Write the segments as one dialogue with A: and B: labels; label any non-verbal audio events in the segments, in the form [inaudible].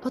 A: ポ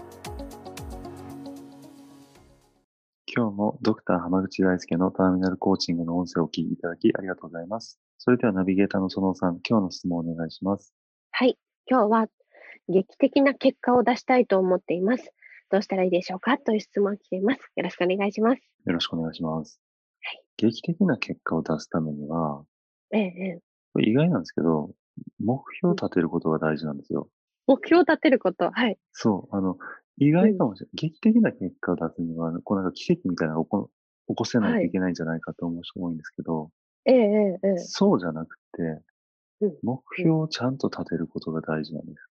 B: 今日もドクター浜口大輔のターミナルコーチングの音声をお聞きいただきありがとうございます。それではナビゲーターのそのさん、今日の質問をお願いします。
C: はい。今日は劇的な結果を出したいと思っています。どうしたらいいでしょうかという質問が来ています。よろしくお願いします。
B: よろしくお願いします。劇的な結果を出すためには、
C: ええええ、
B: これ意外なんですけど、目標を立てることが大事なんですよ。
C: 目標を立てること。はい。
B: そう、あの、意外かもしれない。劇的な結果を出すには、こうなんか奇跡みたいなのを起こ起こせないといけないんじゃないかと思う人が多いんですけど、
C: ええええええ
B: そうじゃなくて
C: うん、
B: 目標をちゃんと立てることが大事なんです。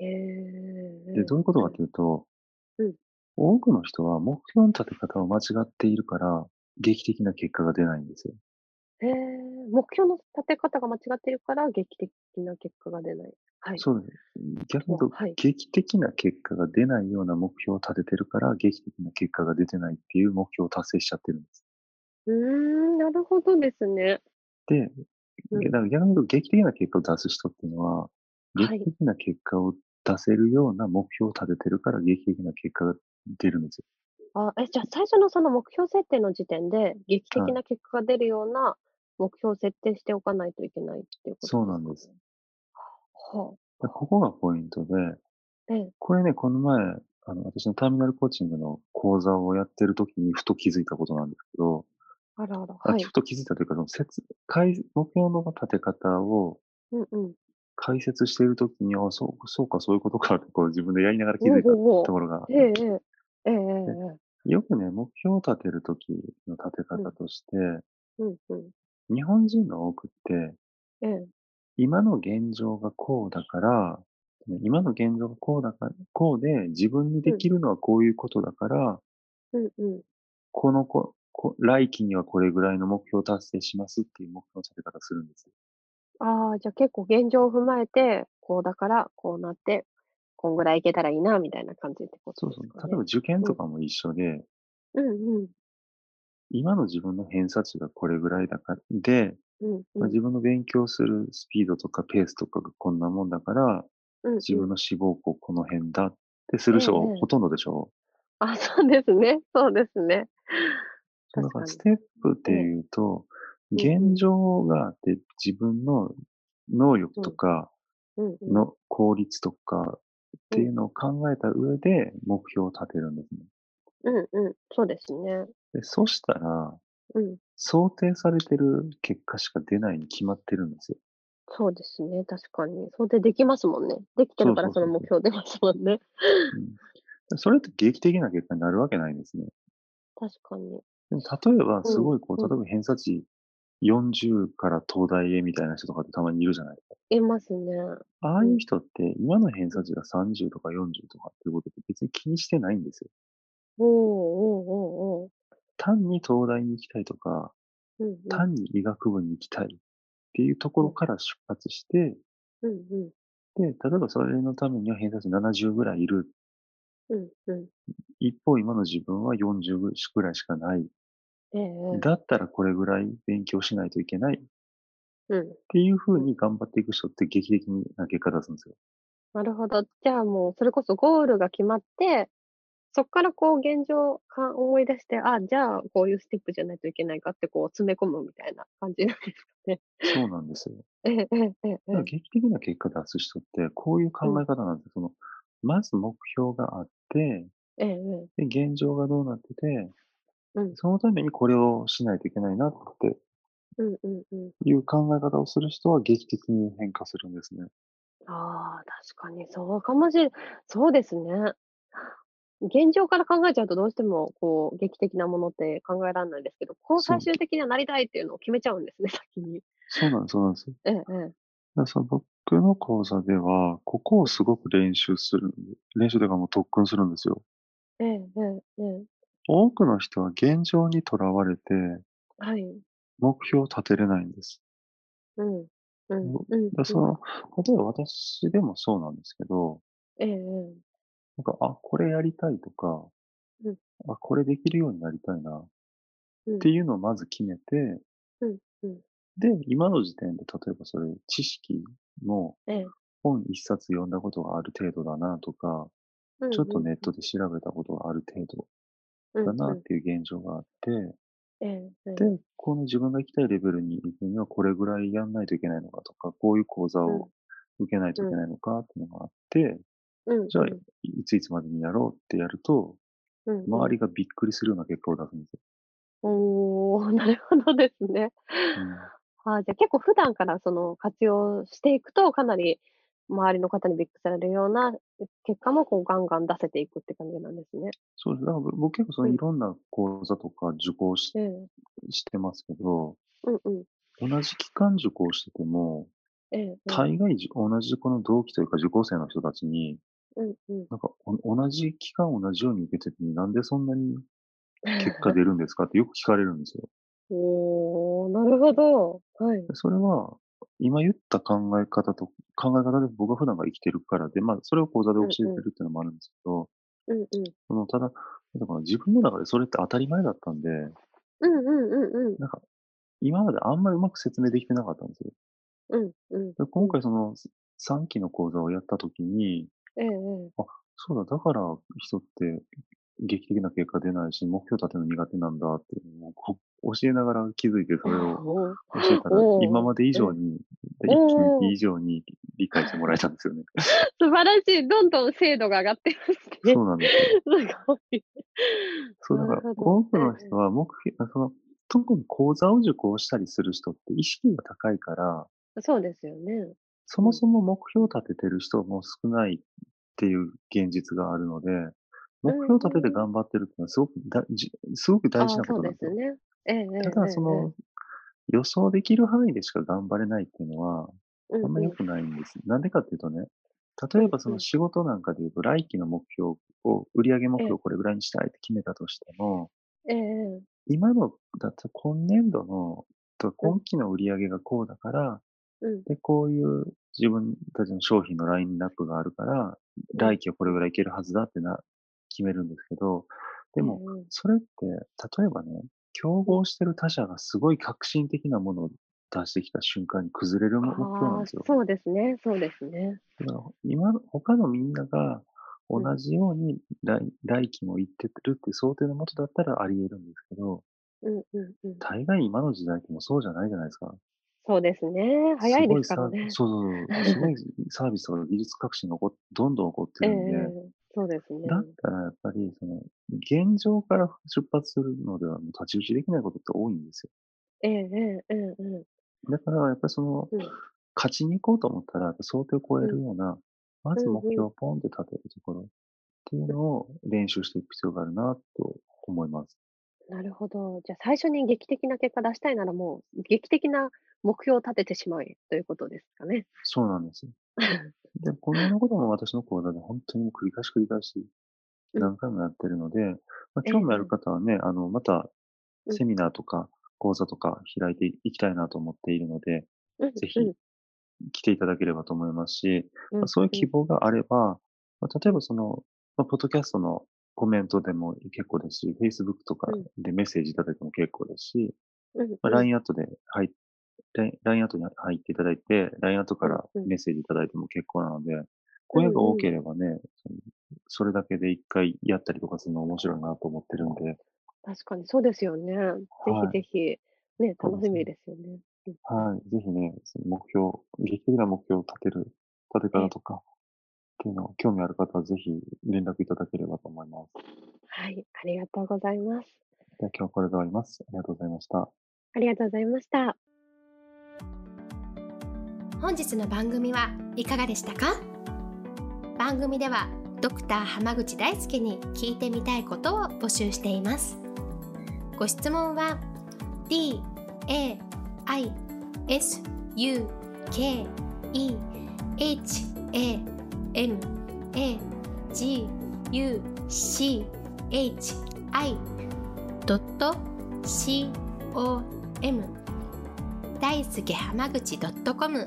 C: ええ
B: で、どういうことかというと、
C: うん
B: 多くの人は目標の立て方を間違っているから、劇的な結果が出ないんですよ。
C: ええ目標の立て方が間違ってるから劇的な結果が出ない。はい。
B: そうです。逆に言うと、
C: はい
B: 劇的な結果が出ないような目標を立ててるから、劇的な結果が出てないっていう目標を達成しちゃってるんです。
C: うーん、なるほどですね。
B: で、
C: うん
B: だから逆に言うと、劇的な結果を出す人っていうのは、
C: はい
B: 劇的な結果を出せるような目標を立ててるから、劇的な結果が出るんですよ。
C: あえじゃあ最初のその目標設定の時点で劇
B: はい
C: 的な結果が出るような目標を設定しておかないといけないっていうことですか
B: そうなんです。
C: は
B: でここがポイントで、
C: あ、ええ
B: これね、この前、あの、私のターミナルコーチングの講座をやってる時にふと気づいたことなんですけど、
C: あらあら、
B: あ
C: はい
B: ふ。と気づいたというか、その説解目標の立て方を
C: うんうん。
B: 解説している時に、あ、そうそうか、そういうことかって、こう自分でやりながら気
C: お
B: づいたと
C: おおお
B: ころが、
C: ええええええええええ
B: よくね、目標を立てる時の立て方として、
C: うんうん。
B: 日本人が多くって、
C: ええ
B: 今の現状がこうだから、今の現状がこうだから、こうで、自分にできるのはこういうことだから、
C: うんうん。
B: このこ、こ来期にはこれぐらいの目標を達成しますっていう目標の立て方するんですよ。
C: ああ、じゃあ結構現状を踏まえて、こうだから、こうなって、こんぐらいいけたらいいな、みたいな感じってこと
B: そう
C: で
B: そ
C: す
B: う。
C: か
B: 例えば
C: ね。
B: 受験とかも一緒で、
C: うんうん。
B: 今の自分の偏差値がこれぐらいだから、で、
C: うん
B: まあ
C: うん。
B: 自分の勉強するスピードとかペースとかがこんなもんだから、
C: うんうん
B: 自分の志望校この辺だってする人が
C: ええ
B: ほとんどでしょ
C: あ、そうですね。そうですね。
B: う。だ
C: 確
B: か
C: からに
B: ス。テップっていうと、
C: ええ
B: 現状があって自分の能力とか、
C: うんうん。
B: の効率とかっていうのを考えた上で目標を立てるんですね。
C: うんうん。そうですね。
B: でそしたら、
C: うん。
B: 想定されてる結果しか出ないに決まってるんですよ。
C: そうですね。確かに。想定できますもんね。できてるから
B: そ
C: そう
B: そうそう
C: の目標出ますもんね。 [laughs]
B: それって劇的な結果になるわけないんですね。
C: 確かに。
B: でも例えば、すごいこう、
C: う
B: 例
C: ん
B: えば偏差値40から東大へみたいな人とかってたまにいるじゃないです
C: いますね。
B: か。ああいう人って今の偏差値が30とか40とかっていうことって別に気にしてないんですよ。
C: おーおーおーおー。
B: 単に東大に行きたいとか、
C: うんうん。
B: 単に医学部に行きたいっていうところから出発して、
C: うんうん。
B: で、例えばそれのためには偏差値70ぐらいいる。
C: うんうん。
B: 一方、今の自分は40ぐらいしかない。
C: ええ
B: だったらこれぐらい勉強しないといけないっ
C: うん。
B: ていうふうに頑張っていく人って劇的な結果出すん
C: [laughs]
B: ですよ。
C: なるほど。じゃあもう、それこそゴールが決まって、そこからこう現状か思い出して、あ、じゃあこういうステップじゃないといけないかってこう詰め込むみたいな感じなんです [laughs] かね。
B: そうなんですよ。
C: ええええええ
B: だから劇的な結果出す人ってこういう考え方なんですよ。その、まず目標があって、
C: えええ
B: で、現状がどうなってて、
C: うん
B: そのためにこれをしないといけないなって
C: えうんうんうん。
B: いう考え方をする人は劇的に変化するんですね。
C: ああ、確かにそうかもしれ、そうですね。 [laughs] 現状から考えちゃうとどうしてもこう劇的なものって考えられないですけど、こう
B: そう
C: 最終的にはなりたいっていうのを決めちゃうんですね、先に。 [laughs]
B: そうなんです、そうなんです。だか
C: ええええ
B: らその僕僕の講座では、ここをすごく練習するんで、練習というかもう特訓するんですよ。
C: ええ、ええ、ええ。
B: 多くの人は現状にとらわれて
C: はい。
B: 目標を立てれないんです。
C: うん。うん。
B: お
C: うん。
B: でその、例えば私でもそうなんですけど、
C: うん。ええ、え
B: なんか、あ、これやりたいとか
C: うん、
B: あ、これできるようになりたいな、っ
C: え。うん
B: て。いうのをまず決めて、
C: うん。うん。
B: で、今の時点で、例えばそれ、知識も
C: ええ。
B: 本一冊読んだことがある程度だなとか、
C: うん
B: ちょっとネットで調べたことがある程度
C: うん
B: だな
C: う
B: っ
C: ん
B: ていう現状があって、
C: ええ、ええ。
B: で、この自分が行きたいレベルに行くにはこれぐらいやんないといけないのかとか、こういう講座を受けないといけないのかっていうのがあって、
C: うん。
B: じゃあいついつまでにやろうってやると、
C: うん。うん
B: 周りがびっくりするような結果を出すんですよ。
C: おー、な [laughs] るほどですね。
B: うん
C: あーじゃあ結構普段からその活用していくとかなり周りの方にびっくりされるような結果もこうガンガン出せていくって感じなんですね。
B: そうです。だから僕結構その
C: うん
B: いろんな講座とか受講し
C: ええ。
B: してますけど、
C: うんうん。
B: 同じ期間受講してても、
C: ええ。ええ
B: 大概じ同じこの同期というか受講生の人たちに、
C: うんうん。
B: なんかお同じ期間同じように受けててもなんでそんなに結
C: [laughs]
B: 果出るんですかってよく聞かれるんですよ。
C: おー、なるほど。はい。
B: でそれは、今言った考え方と、考え方で僕が普段が生きてるからで、まあ、それを講座で教えて
C: うんうん
B: るっていうのもあるんですけど、
C: うんうん。
B: そのただ、なんていうのかな自分の中でそれって当たり前だったんで、
C: うんうんうんうん。
B: なんか、今まであんまりうまく説明できてなかったんですよ。
C: うんうん。
B: で今回その3期の講座をやったときに、
C: えええ
B: そうだ、だから人って劇的な結果出ないし、目標立てるの苦手なんだっていうのをこ教えながら気づいてそ
C: え。
B: れを
C: おー [laughs]
B: 教えたら
C: お、ー
B: 今まで以上に、一
C: おー
B: 気に以上に理解してもらえたんですよね。
C: 素晴らしい。どんどん精度が上がってますね。
B: そうなんですよ。
C: [laughs] すごい。 [laughs]
B: そうだから
C: なる、
B: 多
C: ほど
B: くの人は目標、あその特に講座を受講したりする人って意識が高いから、
C: そうですよね。
B: そもそも目標を立ててる人も少ないっていう現実があるので、目標を立てて頑張ってるっていうのはすごくだじすごく
C: あ
B: 大
C: あ
B: 事なこ
C: そう
B: となんです
C: です
B: よ。
C: ね。ええええ。
B: ただ、そ
C: ええ
B: の、予想できる範囲でしか頑張れないっていうのは、
C: うん
B: あんま良くないんです。なんでかっていうとね、例えばそ
C: うんう
B: の
C: ん
B: 仕事なんかで言うと、来期の目標を、売上目標をこれぐらいにしたいって決めたとしても、
C: えええ
B: 今の、だって今年度の、と今期の売上がこうだから、
C: えうん
B: で、こういう自分たちの商品のラインナップがあるから、来期はこれぐらいいけるはずだってな、決めるんですけど、でも、
C: うん
B: それって、例えばね、競合してる他社がすごい革新的なものを出してきた瞬間に崩れる目標なん
C: ああ
B: ですよ。
C: そうですね、そうですね。
B: だから今の、他のみんなが同じように来来期も言ってるって想定のもとだったらあり得るんですけど、
C: うんうんうん、
B: 大概今の時代ってもうそうじゃないじゃないですか。
C: そうですね、早いですからね。
B: すごいサーそうそうそう、すごいサービスとか技術革新が起こどんどん起こって
C: [laughs] ええ
B: るんで、
C: そうですね。
B: だったらやっぱり、その、現状から出発するのでは、立ち打ちできないことって多いんですよ
C: えええええええ
B: だから、やっぱりその、
C: うん
B: 勝ちに行こうと思ったら、想定を超えるような、まず目標をポンって立てるところっていうのを練習していく必要があるなと思います。
C: えなるほど。じゃあ最初に劇的な結果出したいならもう劇的な目標を立ててしまえということですかね。
B: そうなんですよ。
C: [laughs]
B: で、このようなことも私の講座で本当に繰り返し繰り返し
C: うん
B: 何回もやってるので、ま
C: え
B: あ、
C: え
B: 興味ある方はね、あの、また
C: うん
B: セミナーとか講座とか開いていきたいなと思っているので、
C: うん
B: ぜひ
C: うん
B: 来ていただければと思いますし、
C: う
B: まあ
C: ん
B: そういう希望があれば、まあ例えばその、まあポッドキャストのコメントでも結構ですし、Facebook とか
C: うん
B: でメッセージいただいても結構ですし、
C: うん
B: まあ
C: うん
B: LINE アットで入っ LINE LINE アットに入っていただいて、LINE アットから
C: うんうん
B: メッセージいただいても結構なので、声が多ければね、そのそれだけで一回やったりとかするの面白いなと思ってるんで、
C: 確かにそうですよね。
B: はい
C: ぜひぜひ、ね、
B: そう
C: 楽
B: ですね
C: しみですよね。うん
B: はい、ぜひね、その目標、劇的な目標を立てる、立て方とか、っていうのを興味ある方はぜひ連絡いただければと思います。
C: はい、ありがとうございます。
B: では今日はこれで終わります。ありがとうございました。
C: ありがとうございました。
A: 本日の番組はいかがでしたか番組ではドクター濱口大輔に聞いてみたいことを募集していますご質問は d a i s u k e H A M A G U C H I C O M 大好き浜口 .com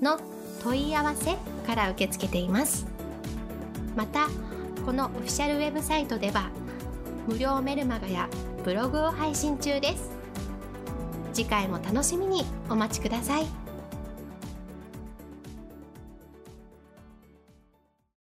A: の問い合わせから受け付けていますまたこのオフィシャルウェブサイトでは無料メルマガやブログを配信中です次回も楽しみにお待ちください。